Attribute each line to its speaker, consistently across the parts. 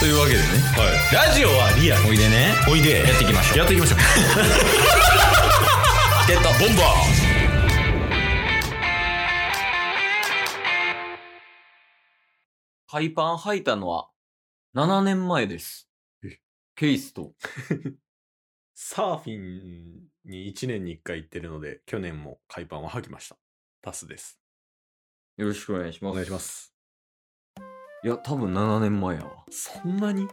Speaker 1: というわけでね
Speaker 2: はい。ラジオはリアル。
Speaker 1: おいでね
Speaker 2: おいで。
Speaker 1: やっていきましょう
Speaker 2: やってい きましょう。
Speaker 1: ゲットボンバ
Speaker 3: ハイパン履いたのは7年前です。ケイスと。
Speaker 2: サーフィンに1年に1回行ってるので、去年も海パンを履きました。タスです。
Speaker 3: よろしくお願いします。
Speaker 2: お願いします。
Speaker 3: いや、多分7年前やわ。
Speaker 2: そんなに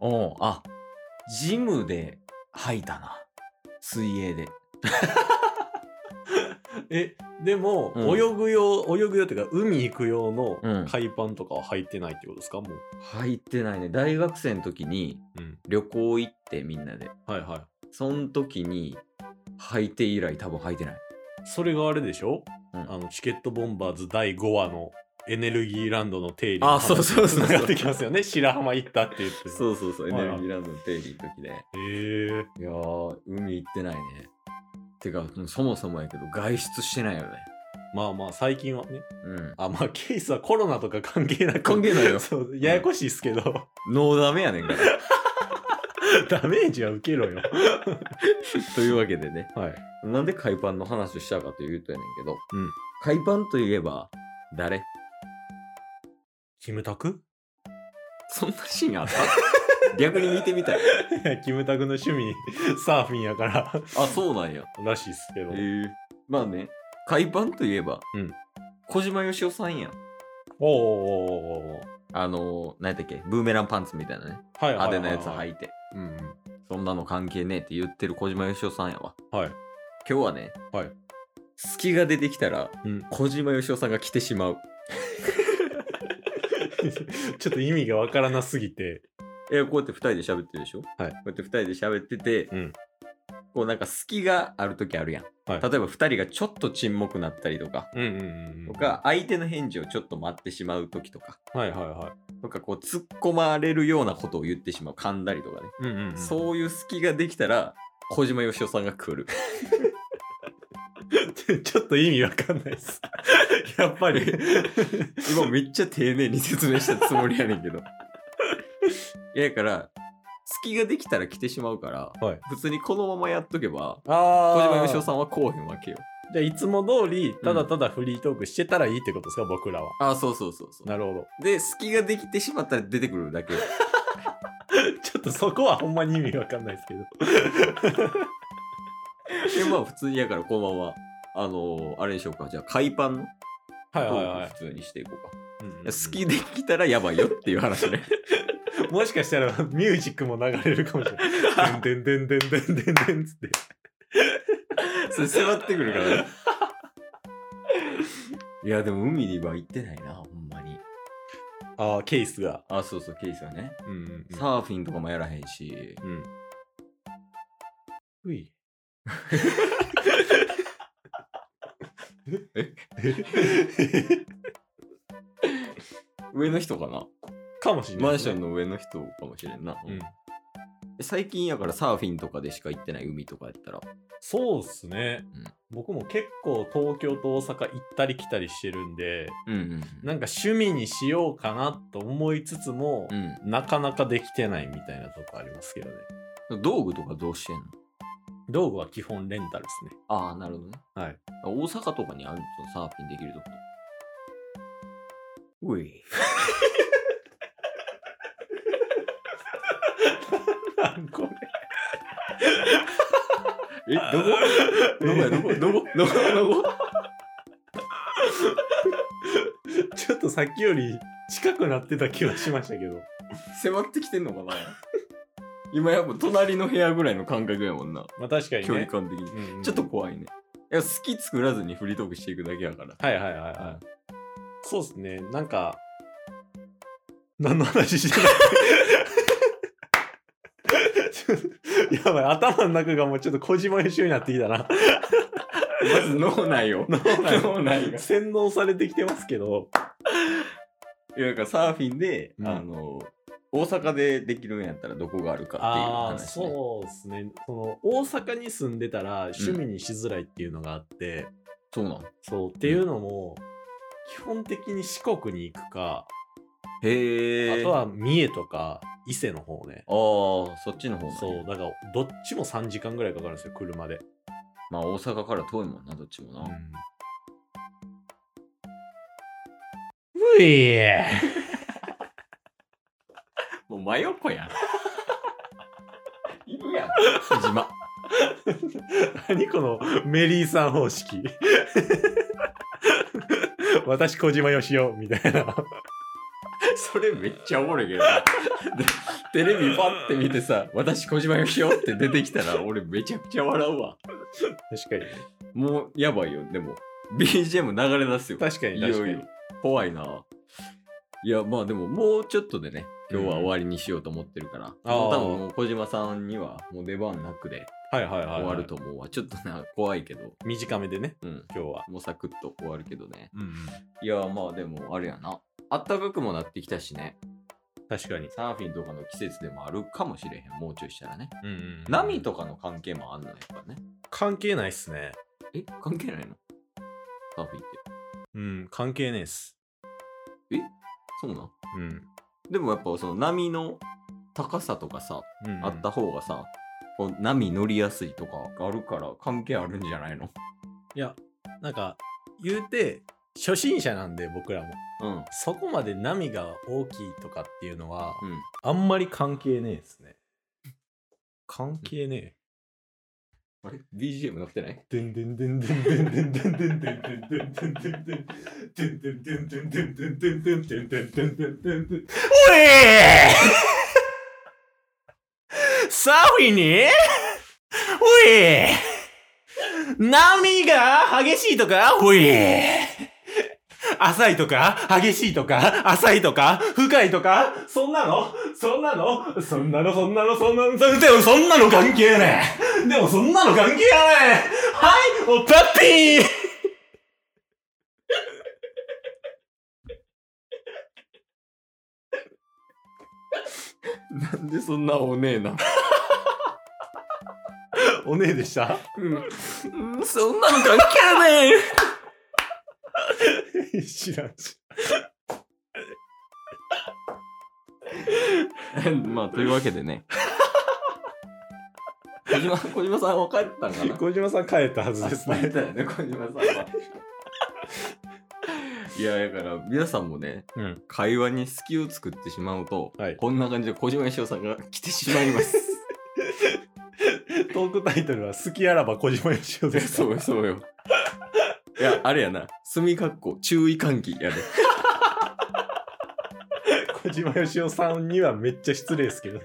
Speaker 3: おうあ、ジムで履いたな。水泳で。
Speaker 2: え、でも、
Speaker 3: うん
Speaker 2: 泳ぐ用、泳ぐ用っていうか、海行く用
Speaker 3: うん
Speaker 2: の海パンとかは履いてないってことですか、もう。
Speaker 3: 履いてないね。大学生の時に
Speaker 2: うん。
Speaker 3: 旅行行ってみんなで。
Speaker 2: はいは
Speaker 3: その時に履いて以来多分履いてない。
Speaker 2: い。それがあれでしょ、
Speaker 3: うん
Speaker 2: あの、チケットボンバーズ第5話のエネルギーランドの定理の
Speaker 3: あそうそうそうそ
Speaker 2: 話に繋
Speaker 3: う
Speaker 2: がってきますよ ね。白浜行ったって言って。う。
Speaker 3: うそうそう、エ
Speaker 2: ネルギ
Speaker 3: ーランドの定理の時で。
Speaker 2: えー、
Speaker 3: いやー、海行ってないね。てか、そもそもやけど外出してないよね。
Speaker 2: まあまあ、最近はね。
Speaker 3: うん。
Speaker 2: あ、まあ、ケースはコロナとか関係なく。
Speaker 3: 関係ないよ
Speaker 2: そう、ややこしいっすけど、
Speaker 3: ノーダメやねんから。
Speaker 2: ダメージは受けろよ。
Speaker 3: というわけでね、
Speaker 2: はい。
Speaker 3: なんで海パンの話をしたかというとやねんけど、
Speaker 2: うん
Speaker 3: 海パンといえば誰
Speaker 2: キムタク
Speaker 3: そんなシーンあっ た逆に見てみたい。
Speaker 2: いやキムタクの趣味、 サーフィンやから、
Speaker 3: あ、そうなんや。
Speaker 2: らしいっすけど。
Speaker 3: え。まあね、海パンといえば、
Speaker 2: うん
Speaker 3: 小島よしおさんや
Speaker 2: お
Speaker 3: ん。
Speaker 2: ーおーおーおー
Speaker 3: あのー、何やったっけブーメランパンツみたいなね、
Speaker 2: はいはいはいはい。
Speaker 3: 派手なやつ履いて、
Speaker 2: うんうん。
Speaker 3: そんなの関係ねえって言ってる小島よしおさんやわ。
Speaker 2: はい。
Speaker 3: 今日はね、
Speaker 2: はい
Speaker 3: 隙が出てきたら、
Speaker 2: うん
Speaker 3: 小島よしおさんが来てしまう。
Speaker 2: ちょっと意味がわからなすぎて。
Speaker 3: え、こうやって二人で喋ってるでしょ
Speaker 2: はい
Speaker 3: こうやって二人で喋ってて、
Speaker 2: うん
Speaker 3: こうなんか隙がある時あるやん。
Speaker 2: はい
Speaker 3: 例えば二人がちょっと沈黙なったりとか、
Speaker 2: うんうん
Speaker 3: とか、相手の返事をちょっと待ってしまう時とか、
Speaker 2: はいはいは
Speaker 3: とかこう突っ込まれるようなことを言ってしまう、噛んだりとかね。
Speaker 2: い。うんうん、う
Speaker 3: そういう隙ができたら、小島よしおさんが 来る。
Speaker 2: ん。ちょちょっと意味わかんないっす。やっぱり。
Speaker 3: 今めっちゃ丁寧に説明したつもりやねん けど。いや、だから、隙ができたら来てしまうから、
Speaker 2: はい
Speaker 3: 普通にこのままやっとけば、
Speaker 2: あ
Speaker 3: 小
Speaker 2: ー
Speaker 3: 島よしおさんはこうへんわけよ。
Speaker 2: じゃあいつも通りただただフリートークしてたらいいってことですか、僕らは。
Speaker 3: あ、そうそうそうそう。
Speaker 2: なるほど。
Speaker 3: で、隙ができてしまったら出てくる だけ。
Speaker 2: ちょっとそこはほんまに意味わかんないですけど。
Speaker 3: で、まあ普通にやからこのまま、あのーあれにしようか。じゃあ、海パンの
Speaker 2: は
Speaker 3: ト
Speaker 2: いはいは
Speaker 3: ー
Speaker 2: い
Speaker 3: ク普通にしていこうか。い
Speaker 2: うんうん。
Speaker 3: や隙できたらやばいよっていう話 ね。
Speaker 2: もしかしたらミュージックも流れるかもしれない。でんでんでんでんでんでんでんつって。
Speaker 3: それ迫ってくるからね。いや、でも海には行ってないな、ほんまに。
Speaker 2: ああ、ケースが。
Speaker 3: あ、そうそう、ケイスはね。
Speaker 2: うんうんうん。
Speaker 3: サーフィンとかもやらへんし。
Speaker 2: うん。うい。
Speaker 3: え上の人かな
Speaker 2: かもしれない
Speaker 3: マ
Speaker 2: で
Speaker 3: ン
Speaker 2: す
Speaker 3: シ
Speaker 2: ね、
Speaker 3: ョンの上の人かもしれんな。
Speaker 2: うん。
Speaker 3: 最近やからサーフィンとかでしか行ってない海とかやったら。
Speaker 2: そうっすね、
Speaker 3: うん
Speaker 2: 僕も結構東京と大阪行ったり来たりしてるんで、
Speaker 3: うんうん
Speaker 2: なんか趣味にしようかなと思いつつも、
Speaker 3: うん。
Speaker 2: なかなかできてないみたいなとこありますけどね。
Speaker 3: うん。道具とかどうしてんの
Speaker 2: 道具は基本レンタルですね。
Speaker 3: ああ、なるほどね。
Speaker 2: はい。
Speaker 3: 大阪とかにあるのそのサーフィンできるとこ。うい。
Speaker 2: これ
Speaker 3: え、どこど こやどこど こどこどこ
Speaker 2: ちょっとさっきより近くなってた気はしましたけど。
Speaker 3: 迫ってきてんのかな今やっぱ隣の部屋ぐらいの感覚やもんな。
Speaker 2: まあ確かにね。
Speaker 3: 距離感的に。
Speaker 2: うんうん
Speaker 3: ちょっと怖いね。いや、好き作らずにフリートークしていくだけやから。
Speaker 2: はいはいはい
Speaker 3: は
Speaker 2: はい。そうですね。なんか、何の話してたっけ やばい、頭の中がもうちょっと小島よしおになってきたな。
Speaker 3: まず脳内を。脳内が。
Speaker 2: 洗脳されてきてますけど。
Speaker 3: いや、だからサーフィンで、
Speaker 2: うん
Speaker 3: あの、大阪でできるんやったらどこがあるかっていう
Speaker 2: ああー、
Speaker 3: 話、ね。
Speaker 2: そうですね。その、大阪に住んでたら趣味にしづらいっていうのがあって、
Speaker 3: そうなの。
Speaker 2: そう、っていうのも、基本的に四国に行くか、
Speaker 3: へえ。
Speaker 2: あとは三重とか伊勢の方ね。
Speaker 3: ああ、そっちの方なんや
Speaker 2: そう、だからどっちも3時間ぐらいかかるんですよ、車で。
Speaker 3: まあ大阪から遠いもんな、どっちもな。
Speaker 2: ういえ
Speaker 3: もう真横やん。 いるやん。島。
Speaker 2: 何このメリーさん方式 私小島よしおみたいな
Speaker 3: それめっちゃおもろいけどな。でテレビパッて見てさ、私小島よしおって出てきたら俺めちゃくちゃ笑うわ。
Speaker 2: 確かに
Speaker 3: もうやばいよ、でも。BGM 流れ出すよ。
Speaker 2: 確かに
Speaker 3: い
Speaker 2: 確
Speaker 3: よ
Speaker 2: か
Speaker 3: い
Speaker 2: に
Speaker 3: よ。怖いな。いや、まあでももうちょっとでね、今日は終わりにしようと思ってるから、もう多分もう小島さんにはもう出番なくで
Speaker 2: はいはいはい、はい、
Speaker 3: 終わると思うわ。ちょっとな、怖いけど、
Speaker 2: 短めでね
Speaker 3: うん、
Speaker 2: 今日は、
Speaker 3: もうサクッと終わるけどね。
Speaker 2: うんうん、
Speaker 3: いや、まあでもあれやな。あったかくもなってきたしね、
Speaker 2: 確かに、
Speaker 3: サーフィンとかの季節でもあるかもしれへん、もうちょいしたらね。
Speaker 2: うんうん
Speaker 3: 波とかの関係もあんのやっぱね。
Speaker 2: 関係ないっすね
Speaker 3: え、関係ないのサーフィンって。
Speaker 2: うん関係ねえっす
Speaker 3: そうなん
Speaker 2: うん
Speaker 3: でもやっぱその波の高さとかさ、
Speaker 2: うんうん
Speaker 3: あった方がさ、こう波乗りやすいとかがあるから関係あるんじゃないの
Speaker 2: いやなんか言うて初心者なんで僕らも
Speaker 3: うん。
Speaker 2: そこまで波が大きいとかっていうのは、
Speaker 3: うん。
Speaker 2: あんまり関係ねえですね。関係ねえ。
Speaker 3: あれ ?BGM 乗ってない
Speaker 2: でんでんでんでんでんでんでんでんでんでんでんでんでんでんでんでんでんでんでんでんでんでんでんでんでんでんでんでんでんでんでんでんおえサーフィンにおえ波が激しいとかおえ浅いとか激しいとか浅いとか深いとかそんなのそんなのそんなのそんなのそんなのそんなのでもそんなの関係ねえでもそんなの関係ないはいおパピー
Speaker 3: なんでそんなおねえな。
Speaker 2: おねえでした
Speaker 3: うん。うん、そんなの関係ねえ。
Speaker 2: 知らんし。
Speaker 3: まあ、というわけでね。小島小島さんは帰ったんかな
Speaker 2: 小島さん帰ったはずです
Speaker 3: 帰っ
Speaker 2: ね。
Speaker 3: たよね、小島さんは。いや、だから皆さんもね、
Speaker 2: うん
Speaker 3: 会話に隙を作ってしまうと、
Speaker 2: はい
Speaker 3: こんな感じで小島よしおさんが来てしまいます。
Speaker 2: トークタイトルは好きあらば小島よしお
Speaker 3: いや
Speaker 2: です。
Speaker 3: そうよ、そうよ。いや、あれやな。墨括弧注意喚起やね。
Speaker 2: 小島よしおさんにはめっちゃ失礼ですけどね。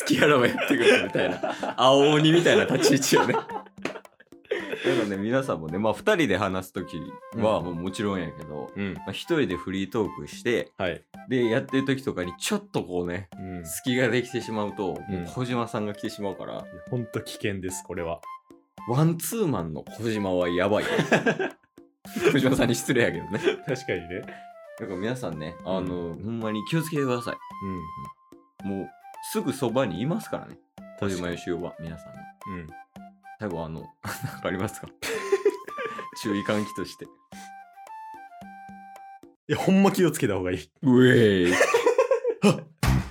Speaker 3: 好きやらばやってくれみたいな。青鬼みたいな立ち位置よね。だからね、皆さんもね、まあ、二人で話すときは、
Speaker 2: うん
Speaker 3: もうもちろんやけど、
Speaker 2: うん。
Speaker 3: まあ、一人でフリートークして、
Speaker 2: はい。
Speaker 3: で、やってるときとかに、ちょっとこうね、
Speaker 2: うん。
Speaker 3: 隙ができてしまうと、もう
Speaker 2: うん
Speaker 3: 小島さんが来てしまうから、
Speaker 2: ほんと危険です、これは。
Speaker 3: ワンツーマンの小島はや ばいよ。小島さんに失礼やけどね。
Speaker 2: 確かにね。
Speaker 3: だから皆さんね、あの、ほんまに気をつけてください。もうすぐそばにいますからね。小島よしおは皆さんの。
Speaker 2: うん。うん。
Speaker 3: 最後あの、 なんかあります か注意喚起として。
Speaker 2: いや、ほんま気をつけた方がいい。
Speaker 3: う えい。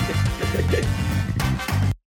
Speaker 2: す